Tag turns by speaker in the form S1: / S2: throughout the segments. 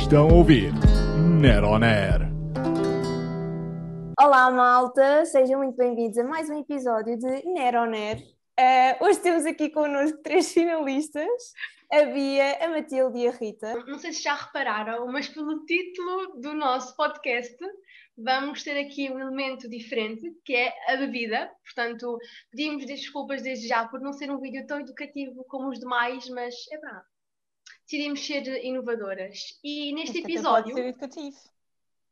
S1: estão a ouvir Neroner.
S2: Olá, malta! Sejam muito bem-vindos a mais um episódio de Neroner. Uh, hoje temos aqui connosco três finalistas: a Bia, a Matilde e a Rita.
S3: Não sei se já repararam, mas pelo título do nosso podcast, vamos ter aqui um elemento diferente, que é a bebida. Portanto, pedimos desculpas desde já por não ser um vídeo tão educativo como os demais, mas é verdade. Decidimos ser inovadoras. E neste episódio.
S4: Pode ser educativo.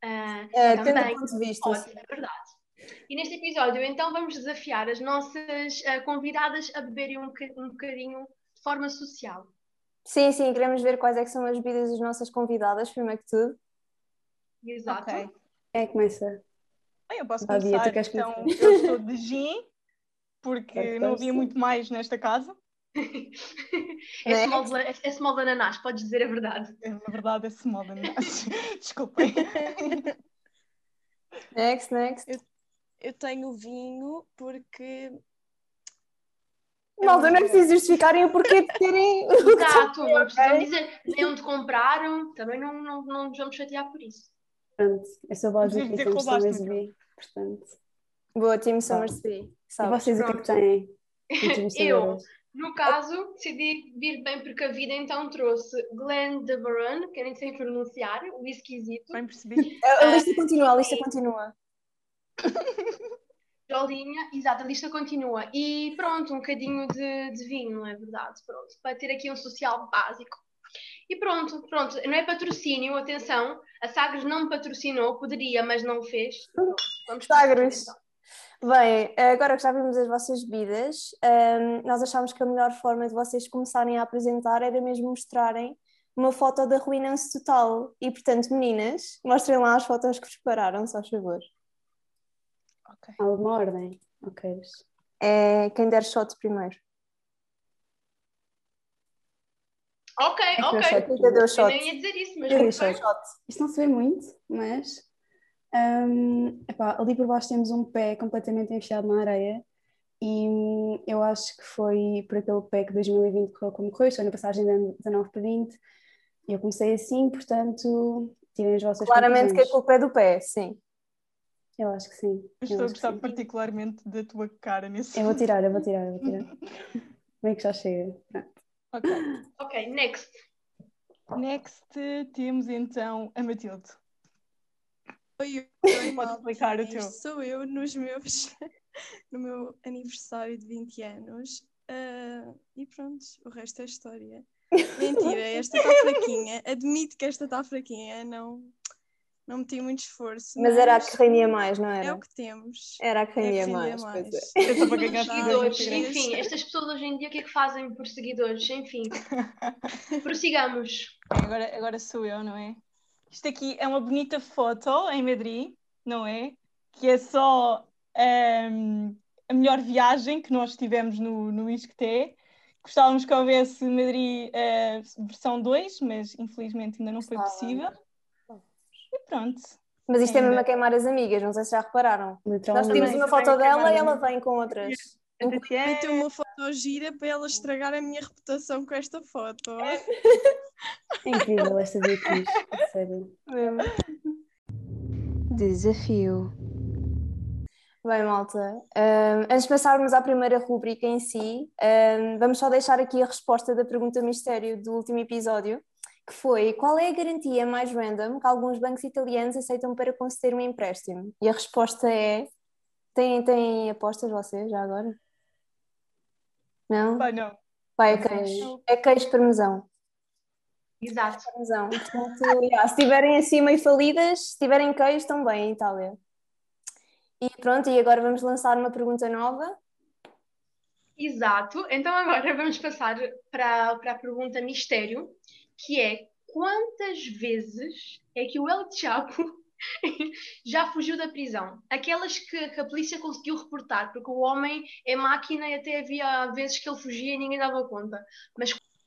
S3: ah,
S2: Uh,
S3: Também.
S2: tendo ponto de vista.
S3: Pode, é verdade. E neste episódio, então, vamos desafiar as nossas ah, convidadas a beberem um, boca- um bocadinho de forma social.
S2: Sim, sim, queremos ver quais é que são as bebidas das nossas convidadas, primeiro que tudo.
S3: Exato.
S4: Ok.
S5: Quem é que começa?
S4: Bem, eu posso
S5: Vá, Bia,
S4: começar.
S5: tu queres
S4: então,
S5: começar? então
S4: eu estou de gin, porque
S5: Pode
S4: não havia
S5: ser.
S4: muito mais nesta casa.
S3: Esse,
S4: Né?
S2: Next.
S3: molde, esse molde de ananás, é podes dizer a verdade.
S4: Na verdade, é moda, mas desculpem.
S2: Next, next.
S6: Eu tenho vinho porque.
S2: Malta, não é preciso justificarem o porquê de terem.
S3: Exato, não precisam dizer nem onde compraram, também não, não, não nos vamos chatear por isso.
S5: Portanto, eu sou a
S4: Devias
S5: Bárbara
S4: dizer
S5: e somos
S4: roubaste-me,
S5: Summers B. Portanto,
S2: Boa, Team Summers B.
S5: e
S2: Salve.
S5: vocês o que é que têm? Muitas
S3: Eu,
S5: moçadoras.
S3: no caso, decidi vir bem precavida, então trouxe Glenn de Baron, que eu nem sei pronunciar, o esquisito,
S4: Bem percebi.
S2: A, a lista continua, a lista continua.
S3: Jolinha, exato, a lista continua. E pronto, um bocadinho de, de vinho, não é verdade? Pronto, para ter aqui um social básico. E pronto, pronto, não é patrocínio, atenção, a Sagres não me patrocinou, poderia, mas não o fez. Pronto, vamos
S2: Sagres. Bem, agora que já vimos as vossas bebidas, hum, nós achámos que a melhor forma de vocês começarem a apresentar era mesmo mostrarem uma foto da ruinança total. E, portanto, meninas, mostrem lá as fotos que prepararam, só favor.
S4: Ok.
S5: Há alguma ordem? Ou queres?
S2: É quem der shot primeiro.
S3: Ok,
S5: que eu
S3: ok.
S5: sei.
S2: Rita deu
S3: Eu
S2: shot.
S3: nem ia dizer isso, mas
S2: Eu dei
S3: muito bem.
S2: shot.
S5: Isto não se vê muito, mas. hum, epá, ali por baixo temos um pé completamente enfiado na areia e hum, eu acho que foi por aquele pé que 2020 correu como correu, estou na passagem de ano 19 para 20 e eu comecei assim, portanto, tirem as vossas
S2: Claramente que a
S5: conclusões.
S2: culpa é do pé, sim.
S5: Eu acho que
S4: Eu
S5: sim. eu
S4: estou a
S5: acho que
S4: gostar
S5: sim.
S4: particularmente da tua cara nesse
S5: Eu vou tirar, eu vou tirar, eu vou tirar. Como é que já chega? Pronto.
S4: Ok.
S3: Ok, next.
S4: Next temos então a Matilde.
S6: Foi eu,
S4: Pode
S6: malta,
S4: explicar o
S6: isto
S4: teu.
S6: Sou eu nos meus. no meu aniversário de 20 anos. Ah, e pronto, o resto é história. Mentira, esta está fraquinha. Admito que esta está fraquinha. Não, não meti muito esforço.
S2: Mas era a que rendia mais, não
S6: É
S2: era?
S6: o que temos.
S2: Era a que
S6: É
S2: rendia
S6: que
S2: mais.
S6: mais,
S2: pois é.
S4: Eu estou para ganhar
S3: Seguidores,
S4: seguidores. no Instagram.
S3: enfim, estas pessoas hoje em dia o que é que fazem por seguidores? Enfim, prossigamos.
S4: Agora, agora sou eu, não é? Isto aqui é uma bonita foto em Madrid, não é? Que é só ehm, a melhor viagem que nós tivemos no, no Isqueté. Gostávamos que houvesse Madrid eh, versão 2, mas infelizmente ainda não foi possível. E pronto.
S2: Mas isto é mesmo
S4: Ainda.
S2: a queimar as amigas, não sei se já repararam. Nós
S5: Literalmente.
S2: temos
S3: também
S2: uma
S3: sou
S2: foto
S3: bem
S2: dela e
S3: queimada.
S2: ela vem com outras.
S4: A
S2: é
S4: Tatiana,
S6: Meteu uma foto gira para ela estragar a minha reputação com esta foto.
S5: É incrível esta diquis, a sério.
S7: Desafio.
S2: Bem, malta, hum, antes de passarmos à primeira rúbrica em si, hum, vamos só deixar aqui a resposta da pergunta mistério do último episódio, que foi qual é a garantia mais random que alguns bancos italianos aceitam para conceder um empréstimo? E a resposta é, têm, têm apostas vocês já agora? Não?
S4: pá, não.
S2: Vai, é queijo. É queijo parmesão.
S3: Exato.
S2: parmesão. Portanto, yeah, se estiverem assim meio falidas, se tiverem queijo, estão bem em Itália. E pronto, e agora vamos lançar uma pergunta nova.
S3: Exato. Então agora vamos passar para, para a pergunta mistério, que é quantas vezes é que o El Chapo já fugiu da prisão? Aquelas que, que a polícia conseguiu reportar, porque o homem é máquina e até havia vezes que ele fugia e ninguém dava conta.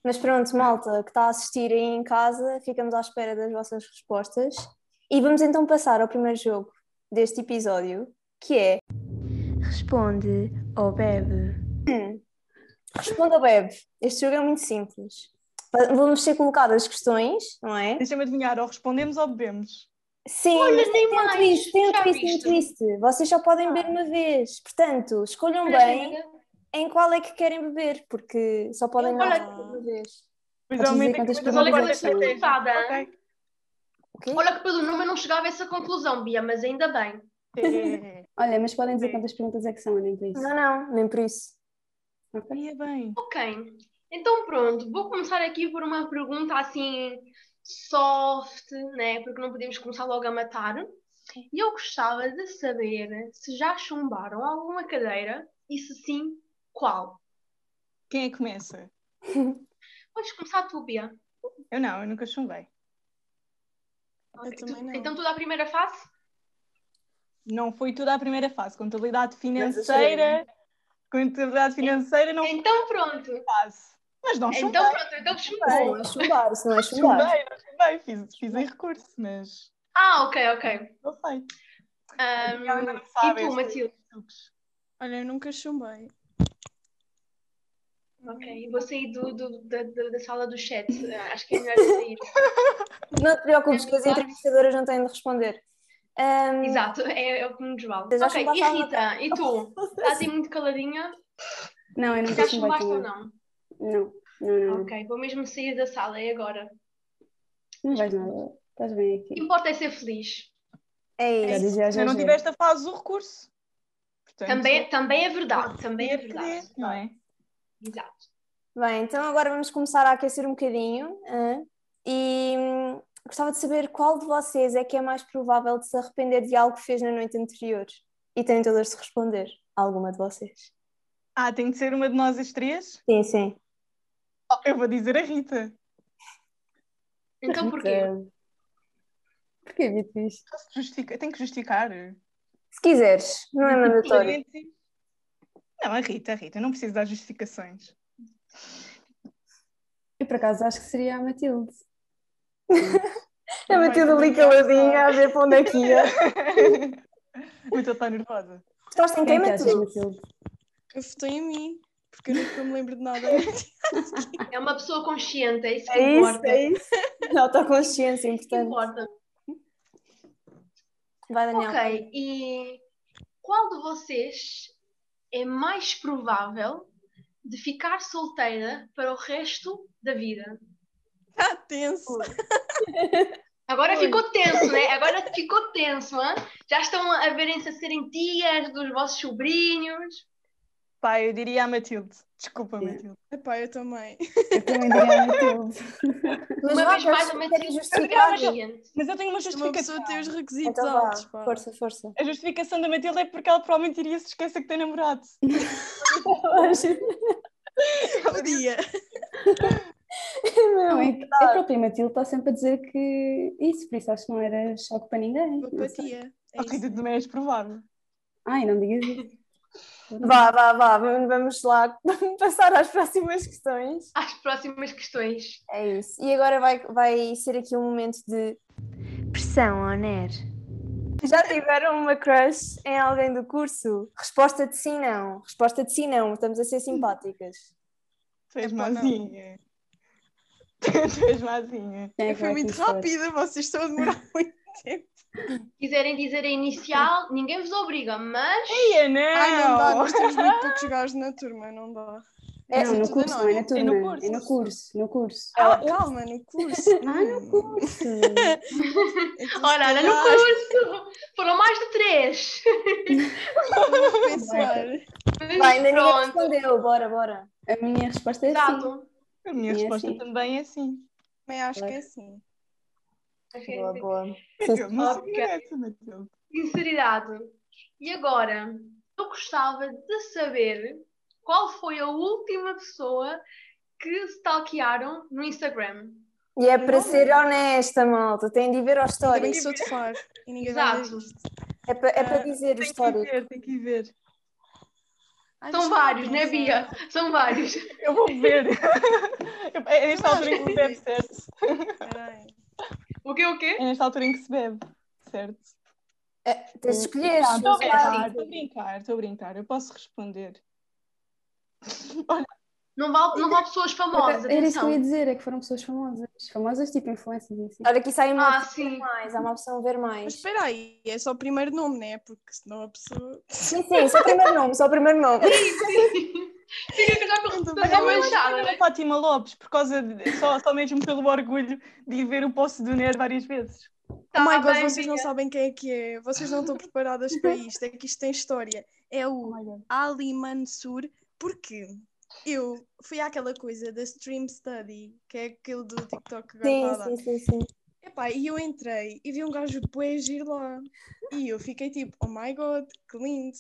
S2: Mas pronto, malta, que está a assistir aí em casa, ficamos à espera das vossas respostas. E vamos então passar ao primeiro jogo deste episódio, que é
S7: Responde ou bebe.
S2: Hum. Responda Bebe. Este jogo é muito simples. Va- Vamos ser colocadas questões, não é?
S4: Deixa-me adivinhar, ou respondemos ou bebemos.
S2: Sim,
S3: Olha,
S2: mas
S3: nem
S2: tem um
S3: mais,
S2: twist, tem um
S3: já
S2: twist, tem um
S3: viste?
S2: twist. Vocês só podem beber uma vez. Portanto, escolham
S3: Olha,
S2: bem
S3: amiga,
S2: em qual é que querem beber, porque só podem
S3: Olha-
S2: beber uma vez.
S4: Mas
S5: Podes
S4: ao menos
S5: dizer
S4: é que
S5: quantas
S4: mas
S3: mas
S4: olha
S3: olha
S5: perguntas
S4: que
S3: que
S5: é
S4: ela
S3: eu
S5: que
S3: estou
S4: está
S5: são?
S3: preocupada. hein?
S4: Ok.
S2: O quê?
S3: Olha que pelo nome eu não chegava a essa conclusão, Bia, mas ainda bem.
S4: É.
S5: Olha, mas podem dizer
S4: Sim.
S5: quantas perguntas é que são, nem por isso.
S2: Não, não, nem por isso.
S5: Ok?
S4: Ia bem.
S3: Ok, então pronto, vou começar aqui por uma pergunta assim soft, né? Porque não podemos começar logo a matar. E eu gostava de saber se já chumbaram alguma cadeira e se sim, qual?
S4: Quem é que começa?
S3: Podes começar tu, Bia.
S4: Eu não, eu nunca chumbei.
S3: Ok, tu-
S6: também não.
S3: Então tu da primeira fase?
S4: Não foi tudo à primeira fase.
S2: Mas
S4: Contabilidade
S2: eu
S4: financeira. Contabilidade financeira não
S3: Então pronto.
S4: faço. Mas não chumbei.
S3: Então pronto, então
S2: Não
S3: chumbei.
S2: é chumbar, isso não é chumbar.
S4: chumbei, não chumbei. Fiz, fiz em recurso, mas
S3: Ah, ok, ok.
S4: não sei.
S3: Ahm,
S4: Ela ainda não
S3: e
S4: sabe
S3: tu,
S4: este-
S3: Matilde?
S6: Olha, eu nunca chumbei.
S3: Ok, vou sair do, do- da, da- da sala do chat. Ah, Acho que é melhor eu sair.
S2: Não te preocupes, que as entrevistadoras não têm de responder. Ahm,
S3: Exato, é, é o que nos vale.
S2: Vocês
S3: Ok,
S2: acham que
S3: e
S2: vai
S3: Rita, e tu? Estás aí muito caladinha?
S5: Não, eu
S3: Já
S2: assim
S5: nunca chumbei
S3: chumbaste ou
S5: também.
S3: não?
S5: Não, não, não. não.
S3: Ok, vou mesmo sair da sala, é agora.
S5: Não vais nada. Estás bem
S3: O que
S5: aqui.
S3: importa é ser feliz.
S2: É
S5: Já
S2: isso.
S5: dizia, já
S3: é
S4: Ainda não
S5: já.
S4: tiveste a fase do recurso. Portanto,
S3: Também, também é verdade, também é
S4: tinha que
S3: verdade.
S4: ter, Não é?
S3: Exato.
S2: Bem, então agora vamos começar a aquecer um bocadinho. hã? e hum, gostava de saber qual de vocês é que é mais provável de se arrepender de algo que fez na noite anterior. E têm todas de responder. Alguma de vocês.
S4: Ah, tem de ser uma de nós as três?
S2: Sim, sim.
S4: Oh, eu vou dizer a Rita.
S3: Então porquê?
S5: Então, Porquê, Beatriz?
S4: Posso justificar? Tenho que justificar.
S2: Se quiseres, não é mandatório.
S4: Claramente. Não, a Rita, a Rita, não preciso dar justificações.
S5: Eu, por acaso, acho que seria a Matilde.
S2: A Matilde ali caladinha a ver para onde é que ia.
S4: Muito está nervosa.
S2: Gostaste em quem,
S5: é que achas,
S2: Matilde?
S5: Matilde?
S6: Eu votei em mim, porque eu nunca me lembro de nada.
S3: É uma pessoa consciente, é isso que
S2: É isso,
S3: importa.
S2: é isso. Autoconsciência,
S3: Isso que
S2: importante.
S3: importa.
S2: Vai, Daniel.
S3: Ok, e qual de vocês é mais provável de ficar solteira para o resto da vida?
S6: Está Tá tenso.
S3: Agora ficou tenso, né? Agora ficou tenso, hein? Já estão a verem-se a serem tias dos vossos sobrinhos.
S4: Pá, eu diria a Matilde. Desculpa,
S5: Yeah.
S4: Matilde.
S6: Epá, eu também.
S5: Eu também diria a Matilde.
S2: Mas
S3: uma
S2: vá,
S3: vez mais,
S2: queres-
S3: uma
S2: queres
S3: Obrigada,
S2: justificar?
S3: gente.
S4: Mas eu tenho uma
S6: É Uma
S4: justificação.
S6: pessoa tem os requisitos
S2: Então
S6: altos,
S2: vá,
S6: pá.
S2: força, força.
S4: A justificação da Matilde é porque ela provavelmente iria se esquecer que tem namorado.
S6: Podia.
S5: Não, é que a própria Matilde está sempre a dizer que isso, por isso acho que não era choque para ninguém.
S6: Uma
S5: Não sei.
S6: patia. É
S4: A
S6: isso.
S4: Rita também és provável.
S5: Ai, não digas isso.
S2: Vá, vá, vá, vamos vamos lá passar às próximas questões.
S3: Às próximas questões.
S2: É isso. E agora vai, vai ser aqui um momento de.
S7: Pressão, Oner.
S2: Já tiveram uma crush em alguém do curso? Resposta de sim, não. Resposta de sim, não. Estamos a ser simpáticas.
S4: Tu és
S6: Epá, não.
S4: mazinha. Tu és mazinha.
S5: Quem é que
S6: Foi
S5: vai
S6: muito
S5: começar?
S6: rápida, vocês estão a demorar muito.
S3: Quiserem dizer a inicial, ninguém vos obriga, mas
S4: Ia, não!
S6: Ai, não dá, nós temos muito poucos gajos na turma, não dá.
S2: É,
S5: Não, no
S6: tudo
S5: curso, não é na
S6: anónimo.
S5: turma.
S4: É
S5: É
S4: no
S5: no curso, no curso.
S6: Ah, calma, no curso. Hum,
S5: Ah, no curso.
S3: Ah, olha, olha no curso. Foram mais de três.
S6: curso. pensar.
S3: Mas
S2: Vai, ainda ninguém
S3: pronto.
S2: respondeu. Bora, bora.
S5: A minha resposta é sim.
S3: Exato.
S4: A minha
S5: É
S4: resposta
S5: assim.
S4: também é sim.
S6: Também acho que é assim.
S3: Ok,
S2: Boa, boa.
S4: Eu não
S3: Ok.
S4: sei essa, Matilde.
S3: Sinceridade. E agora, eu gostava de saber qual foi a última pessoa que stalkearam no Instagram.
S2: E é para ser honesta, malta. Tem de ir ver ao
S6: Eu
S2: histórico.
S6: Também sou de fora. E ninguém vai
S3: Exato.
S6: ver isto.
S2: É para, é para dizer o
S4: Tem que
S2: histórico.
S4: ver, tem que ver.
S6: Ai,
S3: São
S6: deixa eu
S3: vários, né,
S6: pensar.
S3: Bia? São vários.
S4: Eu vou ver. É nesta altura em que se bebe, certo?
S6: Peraí.
S3: O quê, o quê?
S4: É nesta altura em que se bebe, certo?
S2: Tens de escolher.
S4: Ah, Estou
S2: Claro.
S4: a brincar, estou a brincar, estou a brincar. Eu posso responder. Olha,
S3: Não vale, não vale pessoas famosas,
S5: Era isso que eu ia
S3: atenção.
S5: dizer, é que foram pessoas famosas. Famosas tipo influencers e assim.
S2: Olha, aqui sai é uma
S3: Ah,
S2: opção
S3: sim.
S2: mais, há uma opção ver
S6: Mas
S2: mais.
S6: espera aí, é só o primeiro nome, né? Porque senão a pessoa.
S2: Sim, sim, só o primeiro nome, só o primeiro nome.
S3: Fica já com
S6: Muito
S3: toda
S6: bem.
S3: a manchada,
S4: Olha
S3: né?
S4: a é Fátima Lopes, por causa de, só, só mesmo pelo orgulho de ir ver o Poço do Nerd várias vezes.
S3: Tá
S6: oh my god,
S3: bem,
S6: vocês não sabem quem é que é. Vocês não estão preparadas para isto. É que isto tem história. É o Ali Mansur, porque eu fui àquela coisa da Stream Study, que é aquele do TikTok que agora
S2: Sim,
S6: está a dar.
S2: sim, sim, sim.
S6: Epá, e eu entrei e vi um gajo bué giro lá. E eu fiquei tipo, oh my god, que lindo.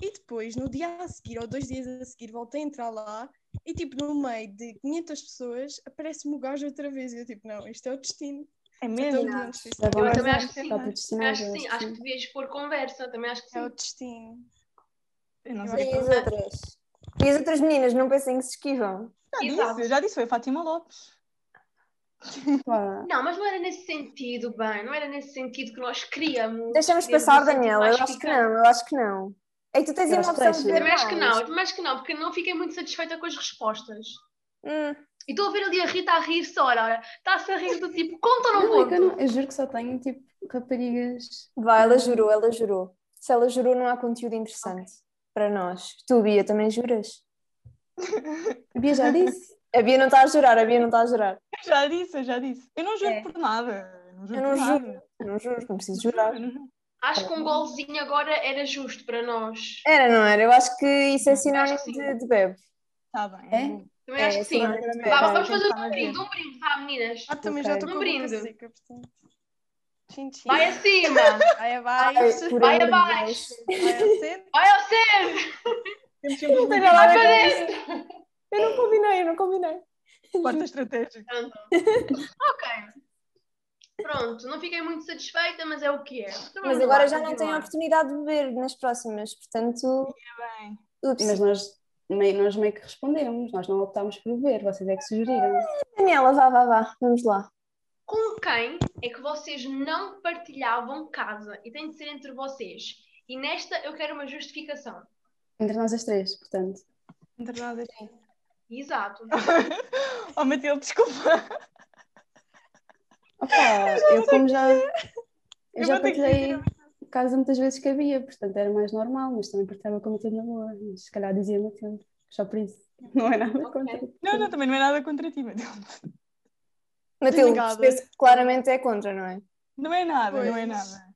S6: E depois, no dia a seguir, ou dois dias a seguir, voltei a entrar lá e tipo, no meio de 500 pessoas, aparece-me o gajo outra vez. E eu tipo, não, isto é o destino.
S4: É
S6: É
S4: mesmo?
S6: todo mundo suicida.
S5: Tá bom,
S3: Eu
S5: mas
S3: também
S5: é,
S3: acho que sim.
S5: Está tudo
S3: Também
S5: destinado.
S3: acho que sim,
S5: assim.
S3: acho que devias pôr conversa, também acho que
S6: É o
S3: sim.
S6: destino.
S4: Eu não
S6: Eu
S4: sei.
S6: acho
S2: E as outras? E as outras meninas, não pensem que se esquivam.
S4: Já
S3: Exato.
S4: disse, eu já disse, foi a Fátima Lopes.
S5: Pá,
S3: Não, mas não era nesse sentido, bem, não era nesse sentido que nós queríamos.
S2: Deixamos
S3: Queríamos
S2: passar,
S3: um sentido
S2: Daniela,
S3: mais
S2: eu acho que
S3: picante.
S2: não, eu acho que não. Ei, tu tens aí
S5: Eu
S2: uma
S5: acho que
S2: opção de
S5: deixa.
S2: ver
S3: Também acho que não,
S2: mais.
S3: também acho que não, porque não fiquei muito satisfeita com as respostas.
S2: Hum,
S3: E estou a ver ali a Rita a rir-se, olha, olha, está-se a rir do tipo, conta ou não
S5: não, é que eu,
S3: conta?
S5: não, eu juro que só tenho tipo raparigas.
S2: Vai, ela jurou, ela jurou. Se ela jurou, não há conteúdo interessante para nós. Tu, Bia, também juras?
S5: A Bia já disse.
S2: A Bia não está a jurar, a Bia não está a jurar.
S4: Eu Já disse, eu já disse. Eu não juro
S2: É.
S4: por nada. Eu não
S2: Eu
S4: juro. por
S2: não
S4: nada.
S2: juro, eu não juro, não preciso jurar.
S4: Eu não juro.
S3: Acho que um golzinho agora era justo para nós.
S2: Era, não era? Eu acho que isso é
S4: Acho
S2: sinónimo
S3: sim.
S2: de, de bebe.
S4: Tá bem.
S5: É?
S4: vou-
S3: Também
S2: É,
S3: acho que sim.
S2: sim,
S3: Vá,
S4: sinceramente,
S2: Tá,
S3: vamos
S4: vou
S3: fazer
S4: tentar
S3: um brinde,
S4: ver.
S3: um brinde, vá, meninas.
S6: Ah, também já
S5: Ok.
S6: estou
S3: Um
S6: com a boca
S3: brinde.
S6: seca, portanto. Tchim, tchim.
S3: Vai acima,
S6: Vai
S2: Ai,
S6: abaixo.
S2: por
S3: Vai
S2: amor de
S3: abaixo.
S2: Deus.
S6: Vai ao centro.
S3: vai ao centro,
S4: Temos sempre um
S2: Olha lá, eu
S3: vai para
S2: não-
S3: dentro.
S2: Eu não combinei, eu não combinei.
S4: quarta estratégia.
S3: Ok. Pronto, não fiquei muito satisfeita, mas é o que é. Então
S2: Mas
S3: vamos
S2: agora
S3: lá,
S2: já não tenho a
S3: continuar.
S2: oportunidade de beber nas próximas, portanto.
S4: Bem,
S2: Ups.
S5: Mas nós meio, nós meio que respondemos, nós não optámos por beber, vocês é que sugeriram.
S2: Daniela, vá, vá, vá, vamos lá.
S3: Com quem é que vocês não partilhavam casa? E tem de ser entre vocês. E nesta eu quero uma justificação.
S5: Entre nós as três, portanto.
S4: entre nós é-
S3: Exato.
S4: Oh, Matilde, desculpa.
S5: Opa, eu como já, eu
S4: é. Eu
S5: já
S4: vou ter que
S5: partilhei casa muitas vezes que havia, portanto era mais normal, mas também partilhava com tudo na boa, mas se calhar dizia-me sempre, só por isso, não é nada
S3: Ok.
S5: contra.
S4: Não, não, também não é nada contra ti, Matilde.
S2: Matilde,
S6: Obrigada.
S2: percebeu-se que claramente é contra, não é?
S4: Não é nada, não é
S6: Pois.
S4: nada.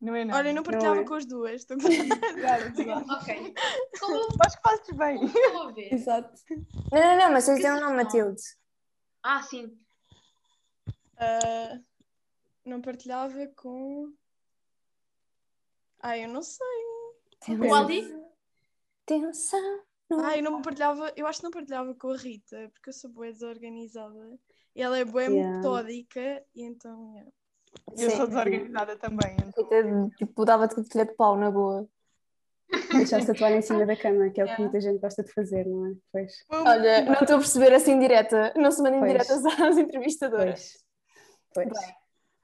S4: Não é nada.
S6: Olha, eu não
S5: Não
S6: partilhava
S5: é.
S6: com as duas. Estou
S4: Obrigada, obrigada.
S3: Ok. Como
S4: Acho que fazes bem.
S3: eu vou ver.
S5: Exato.
S2: Não, não, não, mas tens de dizer um
S3: Isso
S2: nome,
S3: não.
S2: Matilde.
S3: Ah, sim.
S6: Ah, não partilhava com. Ai, eu não sei.
S3: O Ali?
S2: um Atenção. Não. é
S6: Ai, eu não partilhava. Eu acho que não partilhava com a Rita, porque eu sou bué desorganizada. E ela é bué
S5: Yeah.
S6: metódica, e então. yeah.
S4: Eu
S2: Sim.
S4: sou desorganizada também.
S2: Rita, tipo, dava-te com colher de pau na boa.
S5: Deixar-se atuar em cima da cama, que é o que
S6: Yeah.
S5: muita gente gosta de fazer, não é? Pois,
S2: Olha, não estou a perceber assim direta. Não se mandem
S5: Pois.
S2: diretas às entrevistadoras.
S5: pois, pois.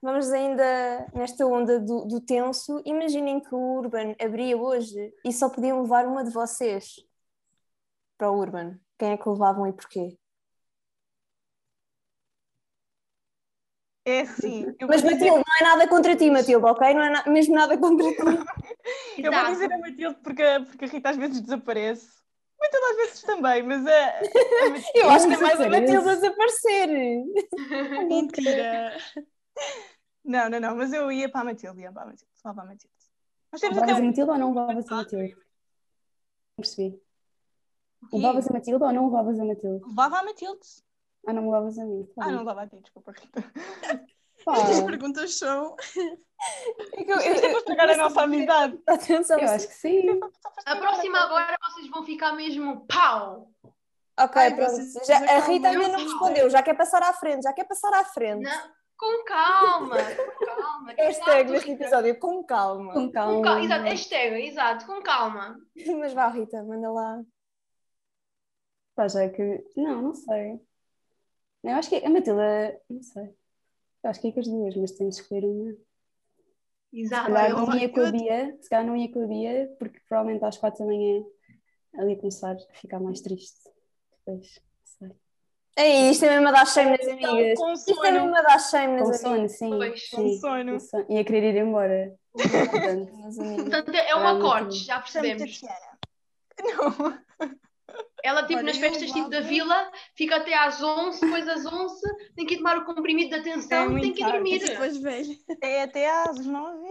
S2: Vamos ainda nesta onda do, do tenso. Imaginem que o Urban abria hoje e só podiam levar uma de vocês para o Urban. Quem é que levavam e porquê?
S4: É assim. Eu
S2: Mas
S4: vou dizer-
S2: Matilde, não é nada contra ti, Matilde, ok? Não é na- mesmo nada contra ti.
S4: Eu vou
S3: Exato.
S4: dizer a Matilde porque, a- porque a Rita às vezes desaparece. Matilde às vezes também, mas a, a Matilde-
S2: Eu acho que é mais a
S5: Desaparece.
S2: Matilde a desaparecer. Ah,
S6: Mentira.
S4: Não, não, não, mas eu ia para a Matilde, ia para a Matilde, só para a Matilde. Nós temos até
S5: Levavas a
S4: um.
S5: Matilde ou não levavas a Matilde? Não percebi.
S4: quê?
S5: Levavas a Matilde ou não levavas a Matilde?
S4: Levava a Matilde.
S5: Ah, não levavas a mim.
S4: Ah, não levava a ti, desculpa, Rita.
S5: Pá,
S6: Estas perguntas são.
S2: É que eu- eu-
S4: Isto é para estragar a nossa amizade.
S2: atenção. assim,
S5: eu acho que sim.
S4: Só para
S3: A
S4: estragar
S3: próxima agora vocês vão ficar mesmo pau.
S2: Ok,
S6: Ai,
S2: pronto.
S6: vocês
S2: Já- a Rita
S6: acalmam.
S2: ainda não
S3: Eu-
S2: respondeu, já quer passar à frente, já quer passar à frente.
S3: Não, com calma, com calma.
S2: Hashtag
S3: Exato,
S2: neste
S3: Rita.
S2: episódio, com calma.
S4: Um
S5: Com
S3: Com
S5: calma.
S3: calma. Exato, hashtag, exato, com calma.
S2: Mas vá, Rita, manda lá.
S5: Pá, já que. Não, não sei. Não, eu acho que a Matilda. Não sei. Eu acho que é com as duas, mas tenho de escolher uma. Se
S3: Exato.
S5: calhar
S6: eu-
S5: não ia com
S6: eu-
S5: a Bia, se calhar não ia com a Bia, porque provavelmente às quatro da manhã ela ia começar a ficar mais triste. Pois, sei.
S2: É isto, é mesmo a dar shame nas
S4: Estava
S2: amigas.
S4: com
S2: Isto é
S4: sono.
S2: mesmo a dar shame
S5: Com
S2: nas amigas.
S5: sono, sim.
S3: Pois,
S4: Com
S5: sim,
S4: sono.
S5: com sono. Ia querer ir embora. Portanto,
S2: Nas amigas.
S3: Portanto, é um
S5: Ah, muito
S3: acorde,
S5: bom.
S3: já percebemos.
S4: Tatiana.
S2: é
S4: Não.
S3: Ela, tipo,
S6: Olha,
S3: nas
S6: eu
S3: festas tipo da
S6: abro-
S3: vila, fica até às 11, depois às 11, tem que ir tomar o comprimido de
S4: É
S3: atenção,
S4: muito
S3: tem que ir
S4: tarde.
S3: dormir.
S6: Depois velho.
S4: É até às nove.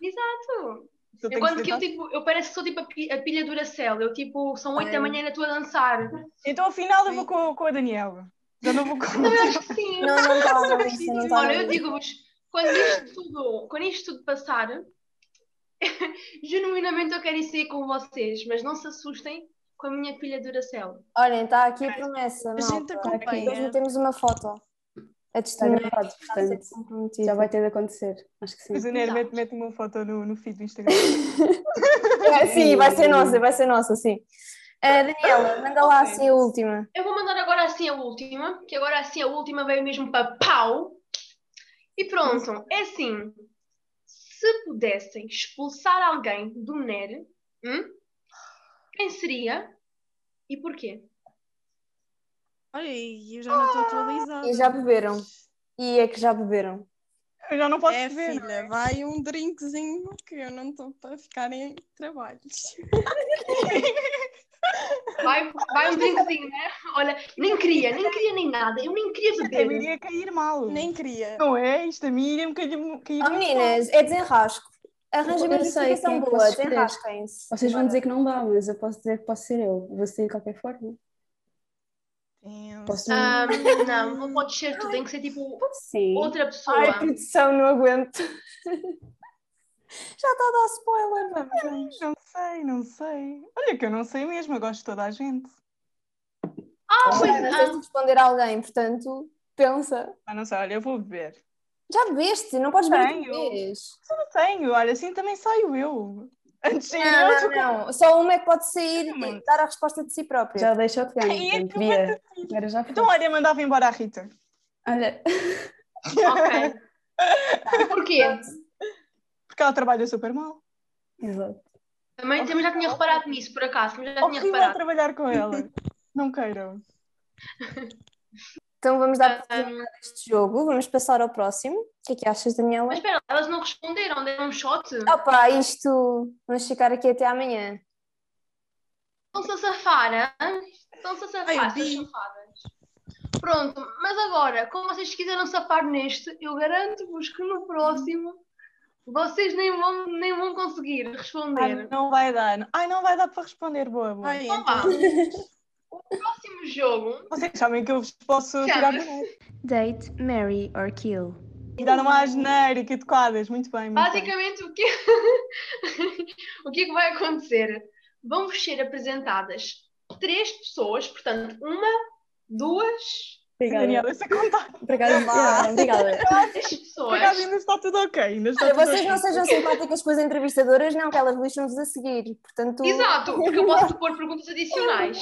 S3: Exato.
S4: Só tenho
S3: Enquanto que eu,
S4: deitar.
S3: tipo, eu parece que sou tipo a pi- a pilha Duracell. Eu, tipo, são 8 da manhã e ainda estou a dançar.
S4: Então, afinal, eu vou com, com a Daniela. Já não vou com.
S3: Então, Eu acho que sim.
S2: Não, não tá é está nada disso, não está
S3: Olha,
S2: nada
S3: eu
S2: disso.
S3: digo-vos, quando isto tudo, quando isto tudo passar, genuinamente eu quero ir sair com vocês, mas não se assustem com a minha pilha Duracell.
S2: Olhem, está tá aqui a promessa,
S6: A gente
S2: malta.
S6: é.
S5: acompanha.
S2: Depois metemos uma foto. A
S5: está
S2: testemunha
S5: gravado,
S2: está a ser
S5: portanto.
S2: comprometida.
S5: Já vai ter de acontecer. Acho que sim.
S4: Mas é a Ner
S3: Exato.
S4: né, mete, mete uma foto no, no feed do Instagram.
S2: É, Sim, vai ser nossa, vai ser nossa, sim. Eh, Daniela, manda lá
S4: Ok.
S2: assim a última.
S3: Eu vou mandar agora assim a última, que agora assim a última veio mesmo para pau. E pronto, é assim. Se pudessem expulsar alguém do NER, hum, quem seria e porquê?
S6: Olha, e eu já não estou atualizada.
S2: E já beberam. E é que já beberam.
S4: Eu já não posso
S6: É,
S3: assim.
S4: ver.
S6: filha, vai um drinkzinho que eu não estou para ficar em trabalhos.
S3: Vai, vai um drinkzinho, né? Olha, nem queria, nem queria nem nada. Eu nem queria
S4: Eu
S3: beber.
S4: iria cair
S2: Hum.
S4: mal.
S6: Nem queria.
S4: Não é? um Isto a mim iria-me cair, cair
S2: Oh,
S4: mal.
S2: meninas, é desenrasco. Arranjem uma
S5: Eu não sei quem
S2: justificação
S5: é que
S2: boa,
S5: posso escolher.
S2: desenrasquem-se.
S5: Vocês vão dizer que não dá, mas eu posso dizer que posso ser eu. Vou ser de qualquer forma. Posso.
S3: Ah, não, não pode ser tu, tem que ser tipo
S5: Sim.
S3: outra pessoa.
S2: Ai, produção, não aguento. Já está a dar spoiler, vamos.
S4: Não sei, não sei. Olha que eu não sei mesmo, eu gosto de toda a gente.
S3: Ah, pois,
S2: Não sei se
S3: ah,
S2: responder a alguém, portanto, pensa.
S4: Ah, não sei, olha, eu vou beber.
S2: Já bebeste, não podes beber outra
S4: Tenho.
S2: vez.
S4: Mas eu não tenho, olha, assim também saio eu. Antes de ir eu,
S2: Não,
S4: tipo,
S2: não, não. Só uma é que pode sair e
S4: Exatamente.
S2: dar a resposta de si própria.
S5: Já deixou de ganhar.
S4: Ai, é que
S5: portanto, Via. Agora já foi.
S4: Então, olha, mandava embora a Rita.
S5: Olha,
S3: ah, ok. Porquê?
S4: Porque ela trabalha super mal.
S5: exato.
S3: Também, também já tinha reparado nisso, por acaso. Também já tinha
S4: Horrível
S3: reparado.
S4: trabalhar com ela. Não queiram.
S2: Então vamos dar por
S3: Ah,
S2: terminado este jogo, vamos passar ao próximo. O que é que achas, Daniela?
S3: mas espera, elas não responderam, deram um shot.
S2: Opa, isto. Vamos ficar aqui até amanhã.
S3: Estão-se a safar, hã? Estão-se a
S6: Ai,
S3: safar,
S6: vi.
S3: essas safadas. Pronto, mas agora, como vocês quiseram safar neste, eu garanto-vos que no próximo vocês nem vão, nem vão conseguir
S4: Ai,
S3: responder.
S4: não vai dar. Ai, não vai dar para responder, boa, boa.
S6: Ai,
S3: Então
S6: então,
S3: vá. O próximo jogo
S4: Vocês sabem que eu vos posso tirar do
S3: chama-se
S7: Date, marry or kill.
S4: e dar uma genérica de quadras. Muito bem, muito bem.
S3: basicamente o que o que é que vai acontecer? Vão vos ser apresentadas três pessoas, portanto, uma, duas,
S5: Obrigada.
S4: Daniela, essa contar.
S5: Obrigada. Vá. Obrigada.
S3: três
S4: Por acaso
S3: pessoas.
S4: ainda está tudo ok. Ainda está
S2: Olha,
S4: tudo
S2: vocês
S4: ok.
S2: não sejam simpáticas com as entrevistadoras, não, que elas lixam-vos a seguir. Portanto,
S3: Exato, porque eu posso propor perguntas adicionais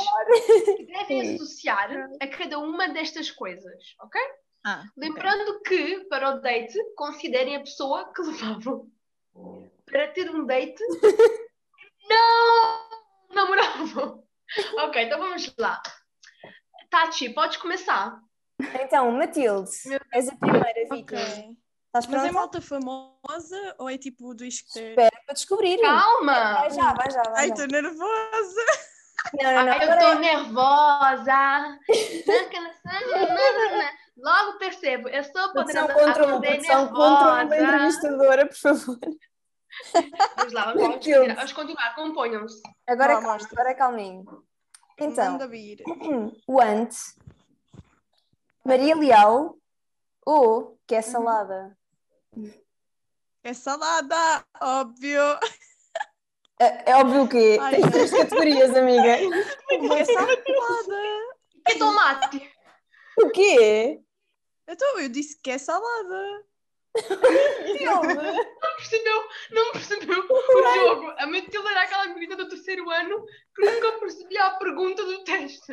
S3: que devem associar a cada uma destas coisas, ok?
S4: Ah,
S3: Lembrando que, para o date, considerem a pessoa que levavam. Para ter um date, não namoravam. Ok, então vamos lá. Tati, podes começar.
S2: então, Matilde,
S3: Meu
S2: és a primeira,
S6: ok.
S2: Vicky. Estás
S6: Mas é
S2: pronta
S6: malta famosa ou é tipo do isqueteiro?
S2: Espera para descobrir.
S3: Calma!
S2: Vai já, vai já, vai
S6: Ai,
S2: já.
S6: estou nervosa!
S2: Não, não, não.
S3: Ai, eu
S2: agora
S3: estou
S2: é-
S3: nervosa. Logo percebo, eu sou
S2: Produção
S6: um
S3: poderosa.
S2: contra
S3: acordei
S2: uma, produção contra uma
S3: nervosa.
S2: entrevistadora, por favor.
S3: Vamos lá, vamos, vamos,
S2: Deus.
S3: continuar, vamos continuar, componham-se.
S2: Agora
S6: Vá,
S2: calma,
S6: mostra.
S2: agora é calminho. Então,
S6: Manda vir.
S2: o Ant, Maria Leal ou que é salada?
S6: É salada, óbvio.
S2: É, é óbvio que
S6: Ai,
S2: tens
S6: não.
S2: três categorias, amiga.
S6: É salada.
S3: Que tomate?
S2: O quê?
S6: Então, eu disse que é salada.
S3: Não percebeu, não percebeu o jogo. A Matilde era aquela menina do terceiro ano que nunca percebia a pergunta do teste.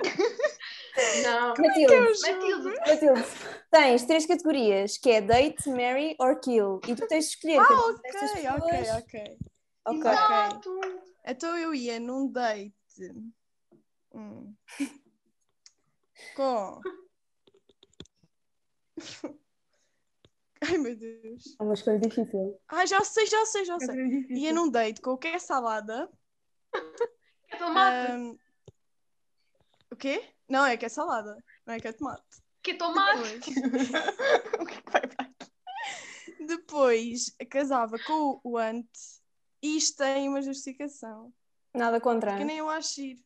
S3: Não.
S2: Matilde,
S3: Matilde,
S2: Matilde, tens três categorias, que é date, marry or kill. E tu tens de escolher.
S6: Ah,
S2: cada uma
S6: ok,
S2: destas
S6: ok,
S2: pessoas.
S6: ok.
S2: Ok.
S6: Exato.
S3: exato.
S6: Então, eu ia num date. Hum. Com. Ai meu Deus.
S5: É uma escolha difícil.
S6: Ai, já sei, já sei, já sei. Ia num date com o que é salada.
S3: É
S2: Ah.
S3: tomate,
S6: Ahm, O quê? Não, é que é salada. Não é que é tomate.
S3: que é tomate.
S6: O que é que vai para aqui? Depois casava com o Ant. E isto tem uma justificação.
S2: Nada contra.
S6: Que nem eu acho giro.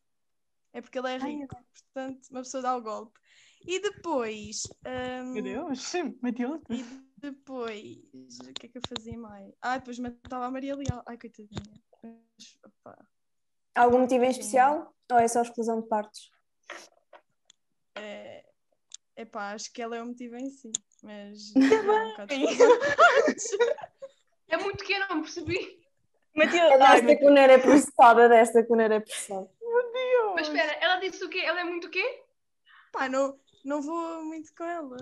S6: É porque ele é
S4: Ai,
S6: rico. Portanto, uma pessoa dá o golpe. E depois. hum, ahm,
S4: Meu
S3: Hum.
S4: Deus, Matilde.
S6: E depois, o que é que eu fazia mais? Ah, depois matava a Maria Leal. Ai, coitadinha. Mas, opá,
S2: Algum motivo em especial? Ou é só exclusão de partes?
S6: é... Epá, acho que ela é o motivo em si. Mas. um
S3: É muito que eu não percebi.
S4: Matilde,
S2: É
S4: ai,
S2: desta
S4: meu
S2: que o Nero é processada, é desta que o Nero é processada.
S3: Mas
S4: Deus.
S3: espera, ela disse o quê? Ela é muito o quê?
S6: Pá, não, não vou muito com ela.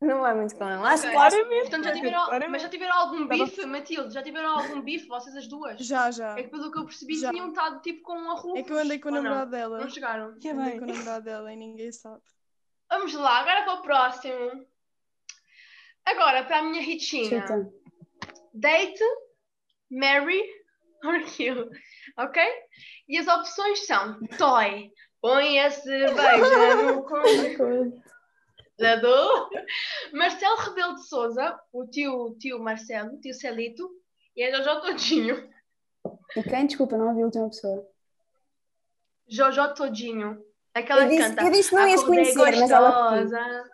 S2: Não vai muito com ela. Acho que
S3: Ok.
S4: Claramente.
S3: Portanto, já tiveram,
S4: claramente.
S3: mas já tiveram algum
S4: Tava-
S3: bife, Matilde? Já tiveram algum bife, vocês as duas?
S6: Já, já.
S3: É que pelo que eu percebi,
S6: Já.
S3: tinham estado tipo com um arrumo.
S6: É que eu andei com o
S3: ou não?
S6: namorado dela.
S3: Não chegaram.
S4: Que
S6: Andei com o
S4: bem.
S6: namorado dela e ninguém sabe.
S3: Vamos lá, agora para o próximo. Agora, para a minha Ritinha.
S5: Chuta.
S3: Date, marry or kill. Ok? E as opções são toy, põe a cerveja no
S4: é.
S3: congelador. Marcelo Rebelo de Souza, o tio, o tio Marcelo, o tio Celito, e a Jojo Todinho.
S5: E quem? Desculpa, não ouvi a última pessoa.
S3: Jojo Todinho. Aquela
S2: Eu
S3: que
S2: disse,
S3: canta. Ah,
S2: eu disse que não ias
S3: "Acordei
S2: conhecer, mas ela. repetiu.
S3: gostosa."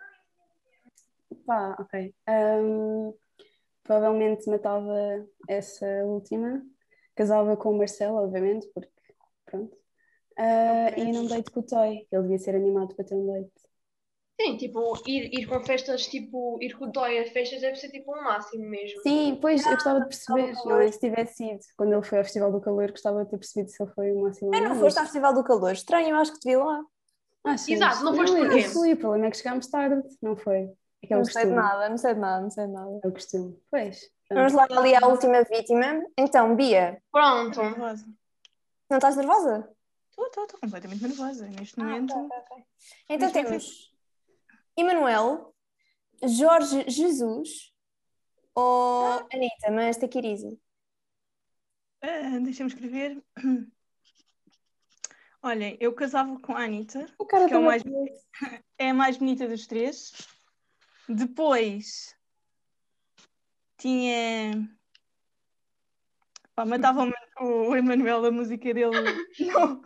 S5: Pá, ok. Ahm, provavelmente matava essa última. Casava com o Marcelo, obviamente, porque pronto. Ah, e não deito com o Toy. Ele devia ser animado para ter um date.
S3: Sim, tipo, ir, ir com festas, tipo, ir com toy a festas deve ser tipo um máximo mesmo.
S5: Sim, pois eu gostava de perceber,
S4: Ah,
S2: Festival do
S5: não é? Se tivesse ido, quando ele foi ao Festival do Calor, gostava de ter percebido se ele foi o máximo ou
S2: Ai, não
S5: mas-
S2: foste ao Festival do Calor. Estranho, eu acho que te vi lá.
S5: Achas?
S3: Exato, não foste
S5: Ah, eu
S3: porquê?
S5: não fui, o problema é que chegámos tarde, não foi? É que é o
S2: Não sei de
S5: costume.
S2: nada, não sei de nada, não sei de nada.
S5: É o costume. Pois.
S2: Vamos lá ali à última vítima. Então, Bia,
S3: Pronto.
S4: Nervosa.
S2: não estás nervosa?
S4: Estou completamente nervosa
S3: Ah, tá,
S4: neste momento.
S2: Então
S4: Mas não
S2: temos Emanuel, Jorge Jesus ou Anitta, mas take it easy.
S4: Ah, Deixa-me escrever. Olhem, eu casava com a Anitta,
S5: O cara
S4: que é o mais- é a mais bonita dos três. Depois tinha. Pá, matava o Man- o Emanuel, a música dele. Não,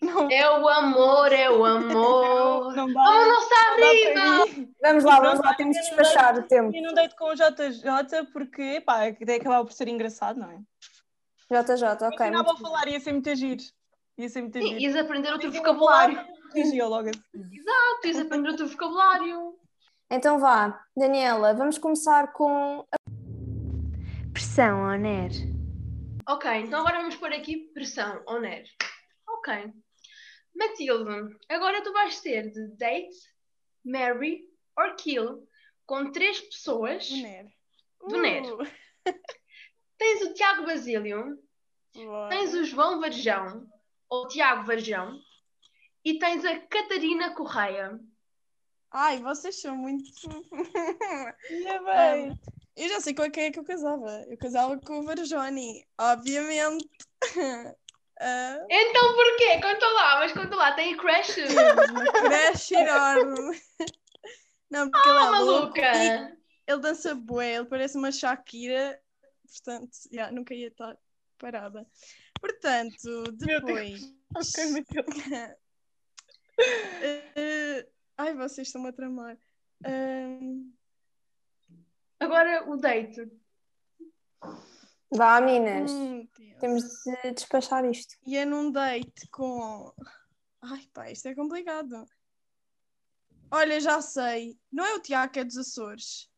S4: não,
S3: É o amor, é o amor.
S4: não
S3: Como
S4: dá.
S3: não está
S4: Não dá
S3: abrindo?
S4: para mim.
S2: Vamos lá, vamos lá, temos que despachar o tempo.
S4: E não deito com o JJ porque, pá, até acabava por ser engraçado, não é?
S2: JJ, ok.
S4: Ensinava
S2: muito
S4: a falar, ia ser muito giro. Ia ser muito
S3: Sim,
S4: giro.
S3: ias aprender outro
S4: Sim,
S3: vocabulário.
S4: Corrigia logo assim.
S3: Tu ias aprender outro vocabulário.
S2: bem. Então vá, Daniela, vamos começar com.
S7: Pressão on air.
S3: Ok, então agora vamos pôr aqui pressão, honor. Ok. Matilde, agora tu vais ter de date, marry or kill com três pessoas.
S6: O Nero.
S3: Do Nero. Tens o Tiago Basílio,
S6: Bora.
S3: tens o João Varjão, ou Tiago Varjão, e tens a Catarina Correia.
S6: Ai, vocês são muito.
S4: Ia bem.
S6: Eu já sei com quem é que eu casava. Eu casava com o Varjoni, obviamente. Ah,
S3: Então porquê? Conta lá, mas conta lá, tem crush?
S6: uma creche enorme. Não, porque ele é
S3: Ah,
S6: louco. E
S3: maluca!
S6: ele dança bué, ele parece uma Shakira. Portanto, já, nunca ia estar parada. Portanto,
S4: Meu
S6: depois.
S4: Ok, Matilde.
S6: eh, ai, vocês estão-me a tramar. Ahm,
S3: Agora o date.
S2: Vá, Minas.
S6: hum, Deus.
S2: Temos de despachar isto.
S6: ia num date com. Ai, pá, isto é complicado. Olha, já sei. Não é o Tiago que é dos Açores.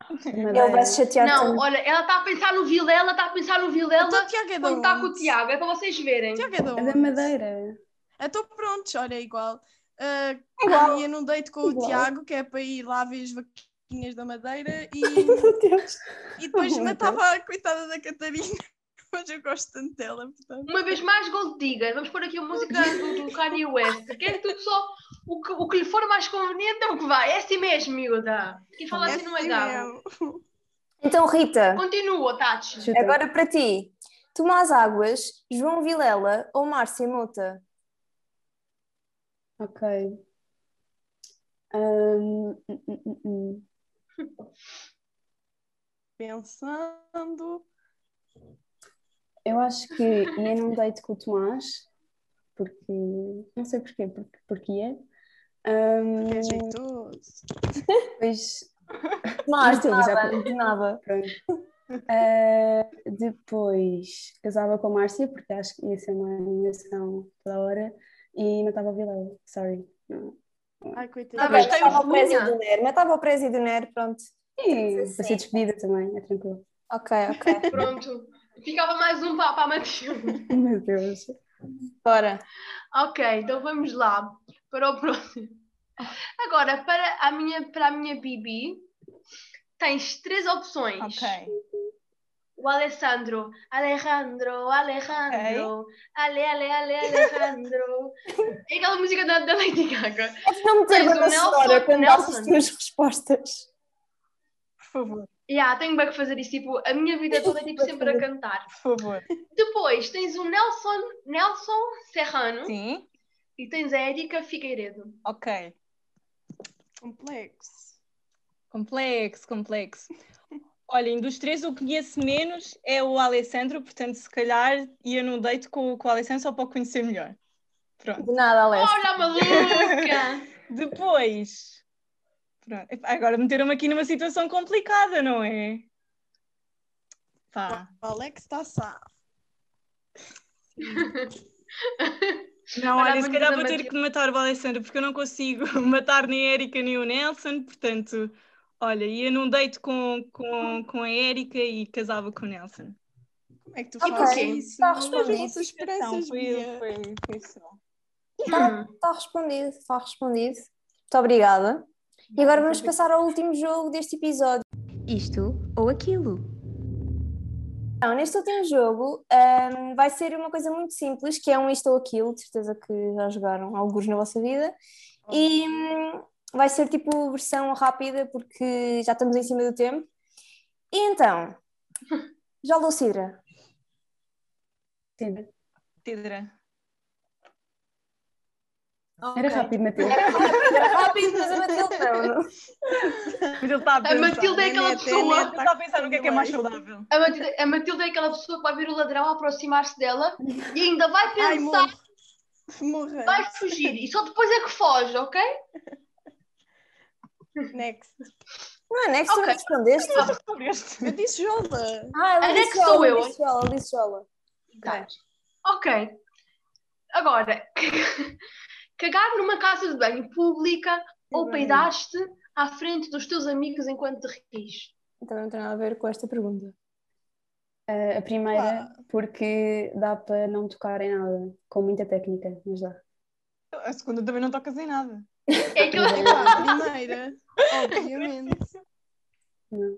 S5: Tá
S2: Ele vai se chatear
S3: Não,
S2: tanto.
S3: olha, ela está a pensar no Vilela, está a pensar no Vilela
S6: Então, o Tiago é da
S3: quando está com o
S6: onde?
S3: Tiago, é para vocês verem.
S6: Tiago é da
S5: É da
S6: onde?
S5: Madeira.
S6: Então, prontos, olha, é igual. Ah,
S2: Igual.
S6: ia num date com o
S5: Igual.
S6: Tiago, que é para ir lá ver as vaquinhas da Madeira, e,
S5: Meu Deus.
S6: e depois
S5: Muito.
S6: matava a coitada da Catarina. mas eu gosto tanto dela, portanto.
S3: Uma vez mais, Gold Digger. Vamos pôr aqui a música do, do Kanye West. Porque é tudo só o que, o que lhe for mais conveniente é o que vai. É assim mesmo, miúda. E fala
S6: É
S3: assim não é
S6: assim
S3: dado.
S6: mesmo.
S2: Então, Rita,
S3: Continua, Tati.
S5: Chuta.
S2: agora para ti. Tomás Águas, João Vilela ou Márcia Mota?
S5: Ok. Ahm, hum, hum, hum, hum.
S6: Pensando.
S5: Eu acho que ia num date com o Tomás, porque não sei porquê, porque, porque ia. Ahm,
S6: Que é jeitoso.
S5: depois,
S2: Tomás,
S5: Marcelo, já
S2: nada, de nada.
S5: pronto. Ah, depois casava com a Márcia, porque acho que ia ser uma animação toda hora, e não estava a Vilela, sorry. Não.
S6: Ai, coitada.
S3: Tá bem,
S2: Mas
S3: tem
S2: estava ao
S3: vergonha.
S2: Prezi do Nero, mas estava ao Prezi do Nero, pronto.
S5: E
S2: Sim,
S5: vai
S2: sim.
S5: ser despedida também, é tranquilo.
S2: Ok, ok.
S3: Pronto. Ficava mais um para para a Matilde.
S5: Meu Deus.
S2: É Bora.
S3: Ok, então vamos lá para o próximo. Agora, para a minha, para a minha Bibi, tens três opções.
S4: Ok.
S3: O Alessandro, Alejandro, Alejandro, Ale, Ale, Ale, Alejandro. É aquela música da, da Lady Gaga.
S2: É que não me
S3: Tens o
S2: ter banda
S3: Nelson
S2: sonora quando dás as
S3: Nelson.
S2: tuas respostas.
S4: Por favor,
S3: Yeah, tenho bem que fazer isso, tipo, a minha vida toda é tipo sempre a cantar.
S4: por favor.
S3: Depois tens o Nelson, Nelson Serrano
S4: Sim.
S3: e tens a Érica Figueiredo.
S4: Ok.
S6: Complexo.
S4: Complexo, complexo. Olhem, dos três o que conheço menos é o Alessandro, portanto, se calhar ia num date com, com o Alessandro só para o conhecer melhor. Pronto.
S2: De nada, Alex.
S3: Olha a maluca!
S4: Depois. Pronto. Epá, Agora meteram-me aqui numa situação complicada, não é? Pá.
S6: O Alex está safo.
S4: Não,
S3: Olha,
S4: olha, se
S3: vamos
S4: calhar
S3: fazer
S4: vou ter
S3: Matilde.
S4: que matar o Alessandro, porque eu não consigo matar nem a Erika nem o Nelson, portanto, olha, ia num date com, com, com a Erika e casava com o Nelson.
S6: Como é que tu
S2: Ok,
S6: fazes
S3: porquê?
S6: isso?
S2: Está
S6: As
S2: respondido.
S6: nossas
S4: Então,
S6: esperanças, Bia.
S4: foi, foi isso.
S3: Hum.
S2: Está respondido, está respondido. Muito obrigada. E agora vamos passar ao último jogo deste episódio.
S7: Isto ou aquilo.
S2: Então, neste último jogo, ahm, vai ser uma coisa muito simples, que é um isto ou aquilo, de certeza que já jogaram alguns na vossa vida. E hum, vai ser tipo versão rápida, porque já estamos em cima do tempo. E então, já Lucira,
S5: Sim.
S4: Tidra.
S5: Era rápido, Matilde.
S2: era rápido, mas a Matilde não, não.
S4: Mas ele está a pensar.
S3: A Matilde é aquela
S6: Nenete,
S3: pessoa.
S4: Ele está a pensar o que é que é mais saudável.
S3: A Matilde, a Matilde é aquela pessoa que vai ver o ladrão aproximar-se dela e ainda vai
S6: Ai,
S3: pensar,
S6: morro.
S3: Tá.
S6: Morra.
S3: vai fugir e só depois é que foge, ok?
S6: Next.
S2: Não, é que tu não
S3: Ok.
S2: respondeste.
S6: Eu disse Jola.
S2: Ah, ela
S3: Ana é que
S2: disse
S3: sou
S2: Jola,
S3: eu.
S2: disse Jola, disse Jola.
S3: Tá. Ok. Agora, cagar numa casa de banho pública ou peidaste à frente dos teus amigos enquanto te rires.
S2: Então não tem nada a ver com esta pergunta.
S5: Ah, a primeira, porque dá para não tocar em nada, com muita técnica, mas dá.
S4: A segunda também não tocas em nada.
S3: É aquela...
S6: Epá, primeira. Obviamente.
S5: Não. é?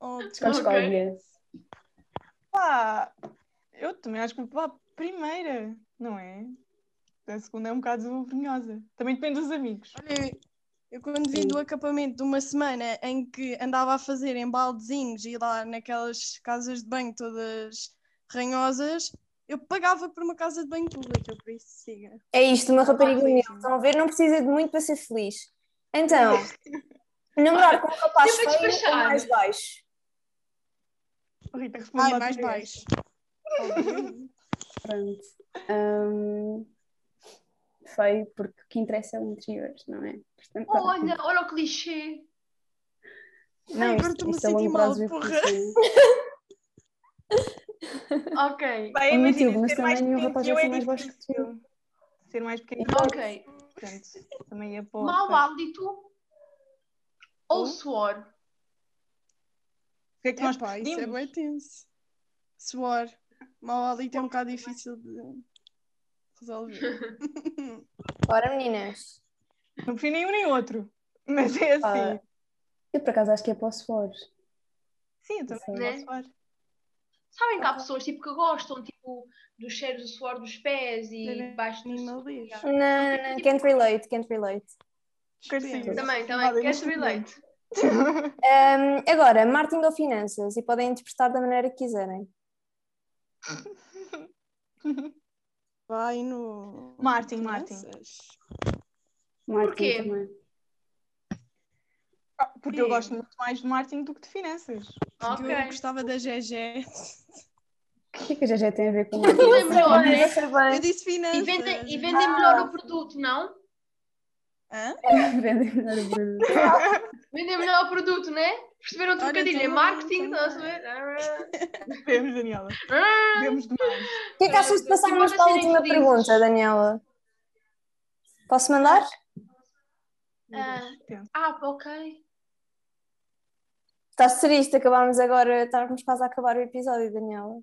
S6: Óbvio.
S5: Escolhes
S3: Ok.
S5: qual é?
S4: Pá, eu também acho que vou para a primeira, não é? A segunda é um bocado vergonhosa. Também depende dos amigos.
S6: Olha, eu quando vim do acampamento de uma semana em que andava a fazer em baldezinhos e lá naquelas casas de banho todas ranhosas, eu pagava por uma casa de banho pública, por isso siga.
S2: É isto, uma rapariga
S6: Horrível.
S2: humilde. Estão a ver? Não precisa de muito para ser feliz. Então, namorar com um rapaz
S3: Sempre
S2: feio ou
S3: despachado.
S2: mais baixo?
S4: Rita, responde
S3: Ah,
S6: Ai,
S4: lá tu
S6: mais
S4: mesmo.
S6: baixo. Óbvio.
S5: Pronto. Ahm, feio, porque o que interessa é o interior, não é? Portanto, tá.
S3: Olha, olha o clichê.
S5: não,
S6: agora
S5: isto,
S6: estou-me a
S5: isto é a longo
S6: sentir mal,
S5: prazo
S6: porra.
S5: evoluciona.
S3: Ok,
S4: Bem,
S5: Oh,
S4: imagina,
S5: Matilde, mas
S4: ser
S5: também
S4: mais
S5: nenhum
S4: pequeno
S5: rapaz
S4: que eu
S5: vai
S4: é
S5: ser mais baixo que tu.
S4: difícil. Ser mais pequeno que eu,
S3: ok.
S4: portanto, também ia para o-
S3: Mau hálito ou
S4: Hum?
S3: suor.
S4: O que é que nós
S6: Epá, isso é
S4: pedimos?
S6: bem tenso. Suor. Mal ali é um bocado difícil de resolver.
S2: Ora, meninas.
S4: Não prefiro nenhum nem outro. Mas é assim.
S5: Ah, Eu, por acaso, acho que é para o suor.
S3: né?
S4: Sim, eu também
S5: sim.
S4: posso falar.
S3: Sabem que há pessoas tipo, que gostam tipo, dos cheiros do suor dos pés e
S6: Devem
S3: baixo dos
S6: me ouvir.
S2: Não, não, não, can't relate, can't relate.
S4: Consigo.
S3: Também,
S4: Nada,
S3: também. Queres
S4: mas-
S3: relate?
S2: Ahm, agora, marketing ou finanças, e podem interpretar da maneira que quiserem.
S6: Vai no.
S4: Martin, Martin.
S6: Finanças.
S5: Martin
S3: Porquê?
S5: é assim também.
S4: Ah, Porque eu
S3: Sim.
S4: gosto muito mais de marketing do que de finanças.
S3: Ok.
S6: Eu gostava da GG.
S5: O que é que a GG tem a ver com
S3: Tu
S5: Martin?
S3: lembrou, né?
S6: Eu disse finanças.
S3: E vendem, e vendem melhor o produto, não?
S6: Hã?
S5: Vendem melhor o produto.
S3: Vendem melhor o produto, né? Perceberam o
S6: Olha,
S3: trocadilho? É
S6: também,
S3: marketing,
S6: também.
S3: estás a ver? Ah,
S4: Vemos, Daniela.
S3: ah.
S4: Vemos demais.
S2: O que é que achas de passarmos
S3: Embora
S2: para a
S3: serem
S2: última
S3: felizes.
S2: pergunta, Daniela? Posso mandar?
S3: Ah.
S4: Pensa.
S3: Ah, ok.
S2: Estás triste, acabámos agora, estávamos quase a acabar o episódio, Daniela.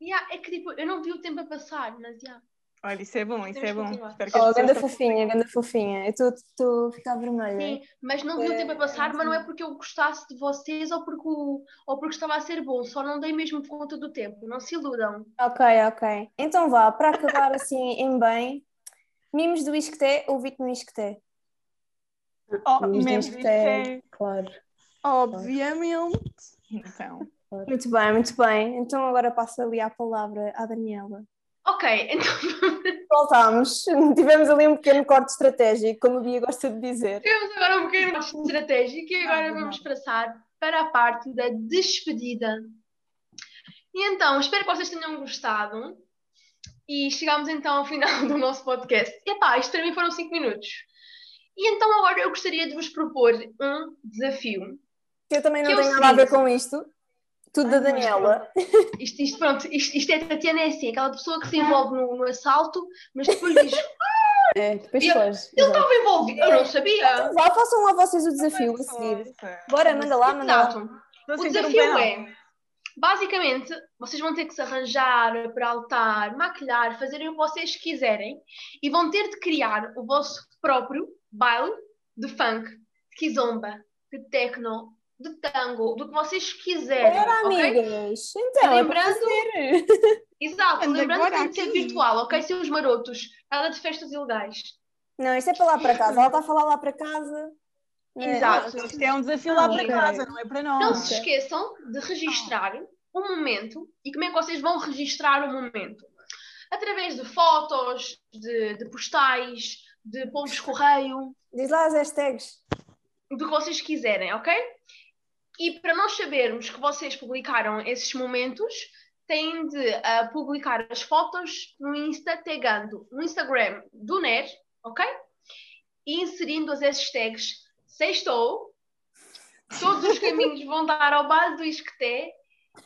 S3: Yeah, é que tipo, eu não vi o tempo a passar, mas yeah.
S4: Olha, isso é bom, isso é
S3: Temos que
S4: bom.
S3: continuar.
S4: Espero que as
S2: Oh,
S4: pessoas
S2: ganda
S4: também-
S2: fofinha, ganda fofinha. É Eu estou- estou a ficar vermelha.
S3: Sim, mas não vi o tempo a passar, mas não é porque eu gostasse de vocês ou porque, o- ou porque estava a ser bom, só não dei mesmo conta do tempo, não se iludam.
S2: Ok, ok. Então vá, para acabar assim em bem, mimos do Isqueté ou Vito no Isqueté?
S4: Oh,
S5: Mas
S4: mesmo,
S5: isto
S4: isso
S5: é-
S4: é...
S5: Claro.
S6: Obviamente.
S4: Então,
S2: Muito bem, muito bem. Então agora passo ali a palavra à Daniela.
S3: Ok, então
S2: Voltámos, tivemos ali um pequeno corte estratégico, como a Bia gosta de dizer.
S3: tivemos agora um bocadinho mais estratégico e agora
S4: Nada,
S3: vamos passar para a parte da despedida. E então, espero que vocês tenham gostado. E chegámos então ao final do nosso podcast. Epá, isto para mim foram 5 minutos. E então agora eu gostaria de vos propor um desafio.
S2: Eu também não
S3: Eu
S2: tenho nada a ver
S3: sinto.
S2: com isto, tudo da
S6: Ai, mas
S2: Daniela.
S3: Isto, isto, pronto, isto, isto é Tatiana, é assim, aquela pessoa que se envolve no, no assalto, mas depois diz, eu
S5: É, depois
S3: Eu-
S5: foge. Exato.
S3: estava envolvida, eu não sabia.
S2: Então Vá, façam lá vocês
S3: Tá
S2: o desafio a seguir.
S4: força.
S2: Bora, manda lá, manda lá.
S3: Exato.
S4: Vou
S3: O
S4: sentir um
S3: desafio
S4: penal.
S3: é, basicamente, vocês vão ter que se arranjar, peraltar, maquilhar, fazerem o que vocês quiserem e vão ter de criar o vosso próprio baile de funk, de kizomba, de techno, de tango, do que vocês quiserem.
S2: Ora,
S3: ok?
S2: amigas, então, é para
S3: Lembrando-
S2: fazer.
S3: Exato,
S6: Anda
S3: lembrando que
S6: agora
S3: tem de ser
S6: aqui.
S3: virtual, ok? Seus marotos, nada de festas ilegais.
S2: Não, isso é para lá para casa, ela está a falar lá para casa. É.
S3: Exato.
S4: Isto é um desafio lá para
S5: ok.
S4: casa, não é para nós.
S3: Não se esqueçam de registrar um momento e como é que vocês vão registrar o momento? Através de fotos, de, de postais, de pontos de correio,
S2: Diz lá as hashtags.
S3: do que vocês quiserem, ok? E para nós sabermos que vocês publicaram esses momentos, têm de ah, publicar as fotos no Insta, tagando no Instagram do NER, ok? E inserindo as hashtags Sextou, todos os caminhos vão dar ao base do isqueté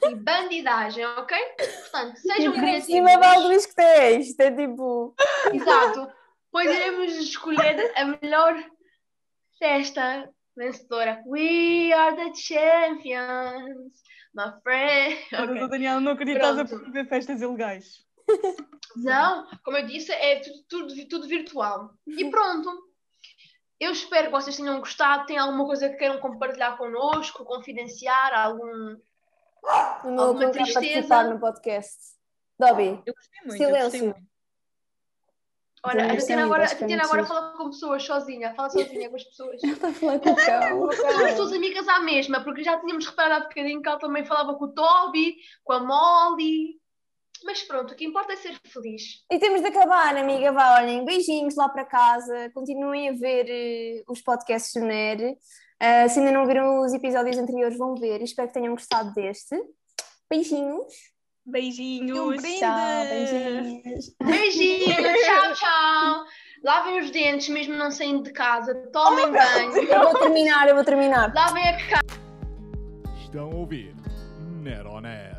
S3: e bandidagem, ok? Portanto, sejam
S2: Tipo, Em
S3: criativos.
S2: cima vale do Isqueté, isto é tipo.
S3: Exato. Pois iremos escolher a melhor festa vencedora. We are the champions, my friend.
S4: Mas
S3: Ok.
S4: a Daniela não acredita estás a
S3: Pronto.
S4: promover festas ilegais.
S3: Não, como eu disse, é tu- tudo, tudo, virtual. E pronto. Eu espero que vocês tenham gostado. Tem alguma coisa que queiram compartilhar connosco, confidenciar, algum.
S2: O meu
S3: Alguma
S2: apoio para
S3: tristeza?
S2: participar no podcast. Dobby,
S4: Eu gostei muito. eu gostei
S2: silêncio.
S3: Olha, a
S5: Sim,
S3: Tatiana
S5: sim,
S3: agora, a
S5: acho que é
S3: Tatiana
S5: muito
S3: agora
S5: giro.
S3: fala com pessoas sozinha, fala sozinha com as pessoas.
S5: Está a falar com o cão.
S3: Todas as suas amigas à mesma, porque já tínhamos reparado há bocadinho que ela também falava com o Toby, com a Molly. Mas pronto, o que importa é ser feliz.
S2: E temos de acabar, amiga. Vá, olhem, beijinhos lá para casa. Continuem a ver eh, os podcasts do NER. Ah, se ainda não viram os episódios anteriores, vão ver. Espero que tenham gostado deste. Beijinhos.
S4: Beijinhos.
S6: Um brinde.
S5: Tchau, beijinhos.
S3: Beijinho, tchau, tchau. Lavem os dentes, mesmo não saindo de casa. Tomem banho.
S2: Eu vou terminar, eu vou terminar.
S3: Lavem a
S1: Estão a ouvir Net on Air.